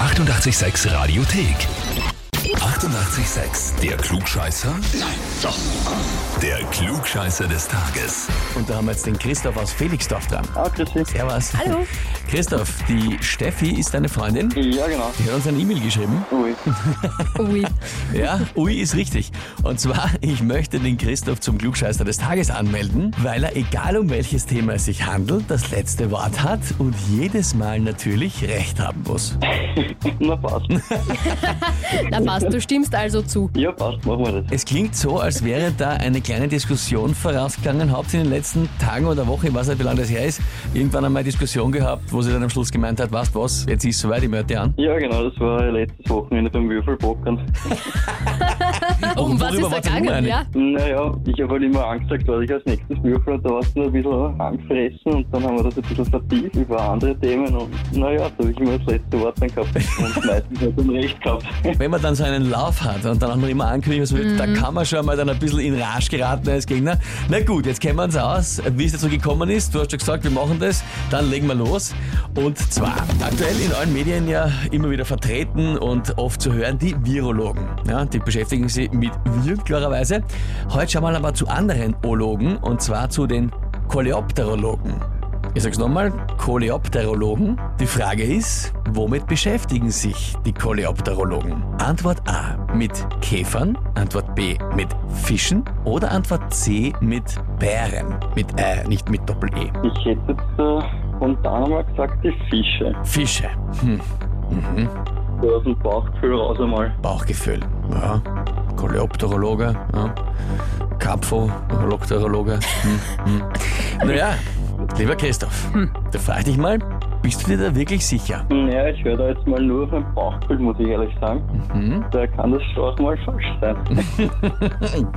886 Radiothek. 88,6. Der Klugscheißer? Nein, doch. Der Klugscheißer des Tages. Und da haben wir jetzt den Christoph aus Felixdorf dran. Ah, grüß dich. Servus. Hallo. Christoph, die Steffi ist deine Freundin. Ja, genau. Die hat uns eine E-Mail geschrieben. Ui. Ui. Ja, ui, ist richtig. Und zwar, ich möchte den Christoph zum Klugscheißer des Tages anmelden, weil er, egal um welches Thema es sich handelt, das letzte Wort hat und jedes Mal natürlich recht haben muss. Na, passt. Na passt, du stimmst also zu. Ja, passt. Machen wir das. Es klingt so, als wäre da eine kleine Diskussion vorausgegangen, habt ihr in den letzten Tagen oder Wochen, ich weiß nicht, wie lange das her ist, irgendwann einmal eine Diskussion gehabt, wo sie dann am Schluss gemeint hat, weißt was, jetzt ist soweit, ich melde dich an. Ja, genau. Das war letztes Wochenende beim Würfelbockern. Um was worüber ist da wart ihr gegangen? uneinig? Ja, Naja, ich habe halt immer Angst gehabt, weil ich als nächstes würfel und da warst du noch ein bisschen äh, angefressen und dann haben wir das ein bisschen vertieft über andere Themen und naja, da habe ich immer das letzte Wort dann gehabt und meistens hat dann recht gehabt. Wenn man dann so einen Lauf hat und dann auch noch immer ankündigt, was wird, Mhm. da kann man schon mal dann ein bisschen in Rage geraten als Gegner. Na gut, jetzt kennen wir uns aus, wie es dazu gekommen ist. Du hast schon gesagt, wir machen das, dann legen wir los. Und zwar, aktuell in allen Medien ja immer wieder vertreten und oft zu hören, die Virologen. Ja, die beschäftigen sich mit Viren klarerweise. Heute schauen wir mal aber zu anderen Ologen und zwar zu den Coleopterologen. Ich sag's nochmal, Coleopterologen. Die Frage ist, womit beschäftigen sich die Coleopterologen? Antwort A mit Käfern, Antwort B mit Fischen oder Antwort C mit Bären. Mit Ä, nicht mit Doppel-E. Ich hätte jetzt äh, spontan einmal gesagt, die Fische. Fische. Hm. Mhm. So aus dem Bauchgefühl raus einmal. Bauchgefühl. Ja. Coleopterologe. Ja. Kapfo, Holopterologe. Hm. Hm. Naja, lieber Christoph, da frag ich dich mal, bist du dir da wirklich sicher? Naja, ich höre da jetzt mal nur auf mein Bauchgefühl, muss ich ehrlich sagen. Hm? Da kann das schon auch mal falsch sein.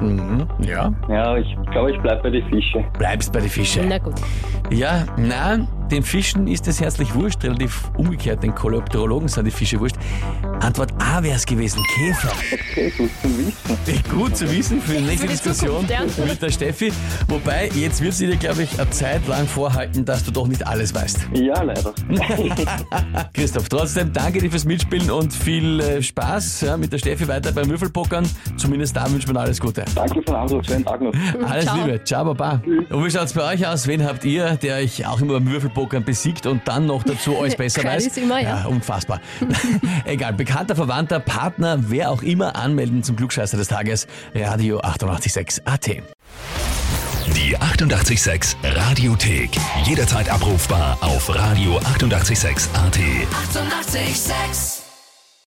Mhm. Ja. Ja, ich glaube, ich bleibe bei den Fische. Bleibst bei den Fischen. na gut. Ja, na, den Fischen ist es herzlich wurscht, relativ umgekehrt, den Koleopterologen sind die Fische wurscht. Antwort A wäre es gewesen, Käfer. Okay, gut zu wissen. Gut zu wissen für die nächste die Diskussion Zukunft, ja. mit der Steffi. Wobei, jetzt wird sie dir, glaube ich, eine Zeit lang vorhalten, dass du doch nicht alles weißt. Ja, leider. Christoph, trotzdem danke dir fürs Mitspielen und viel äh, Spaß ja, mit der Steffi weiter beim Würfelpokern. Zumindest da wünscht man alles Gute. Danke für den Anruf. Schönen Tag noch. Alles Ciao. Liebe, ciao, baba. Und wie schaut's bei euch aus? Wen habt ihr, der euch auch immer beim Würfelpokern besiegt und dann noch dazu alles besser Klar weiß? ist immer, ja. Unfassbar. Egal, bekannter, Verwandter, Partner, wer auch immer, anmelden zum Glückscheißer des Tages. Radio 886 AT. Die 88,6 Radiothek. Jederzeit abrufbar auf radio886.at. 88,6. Eighty-eight, sex.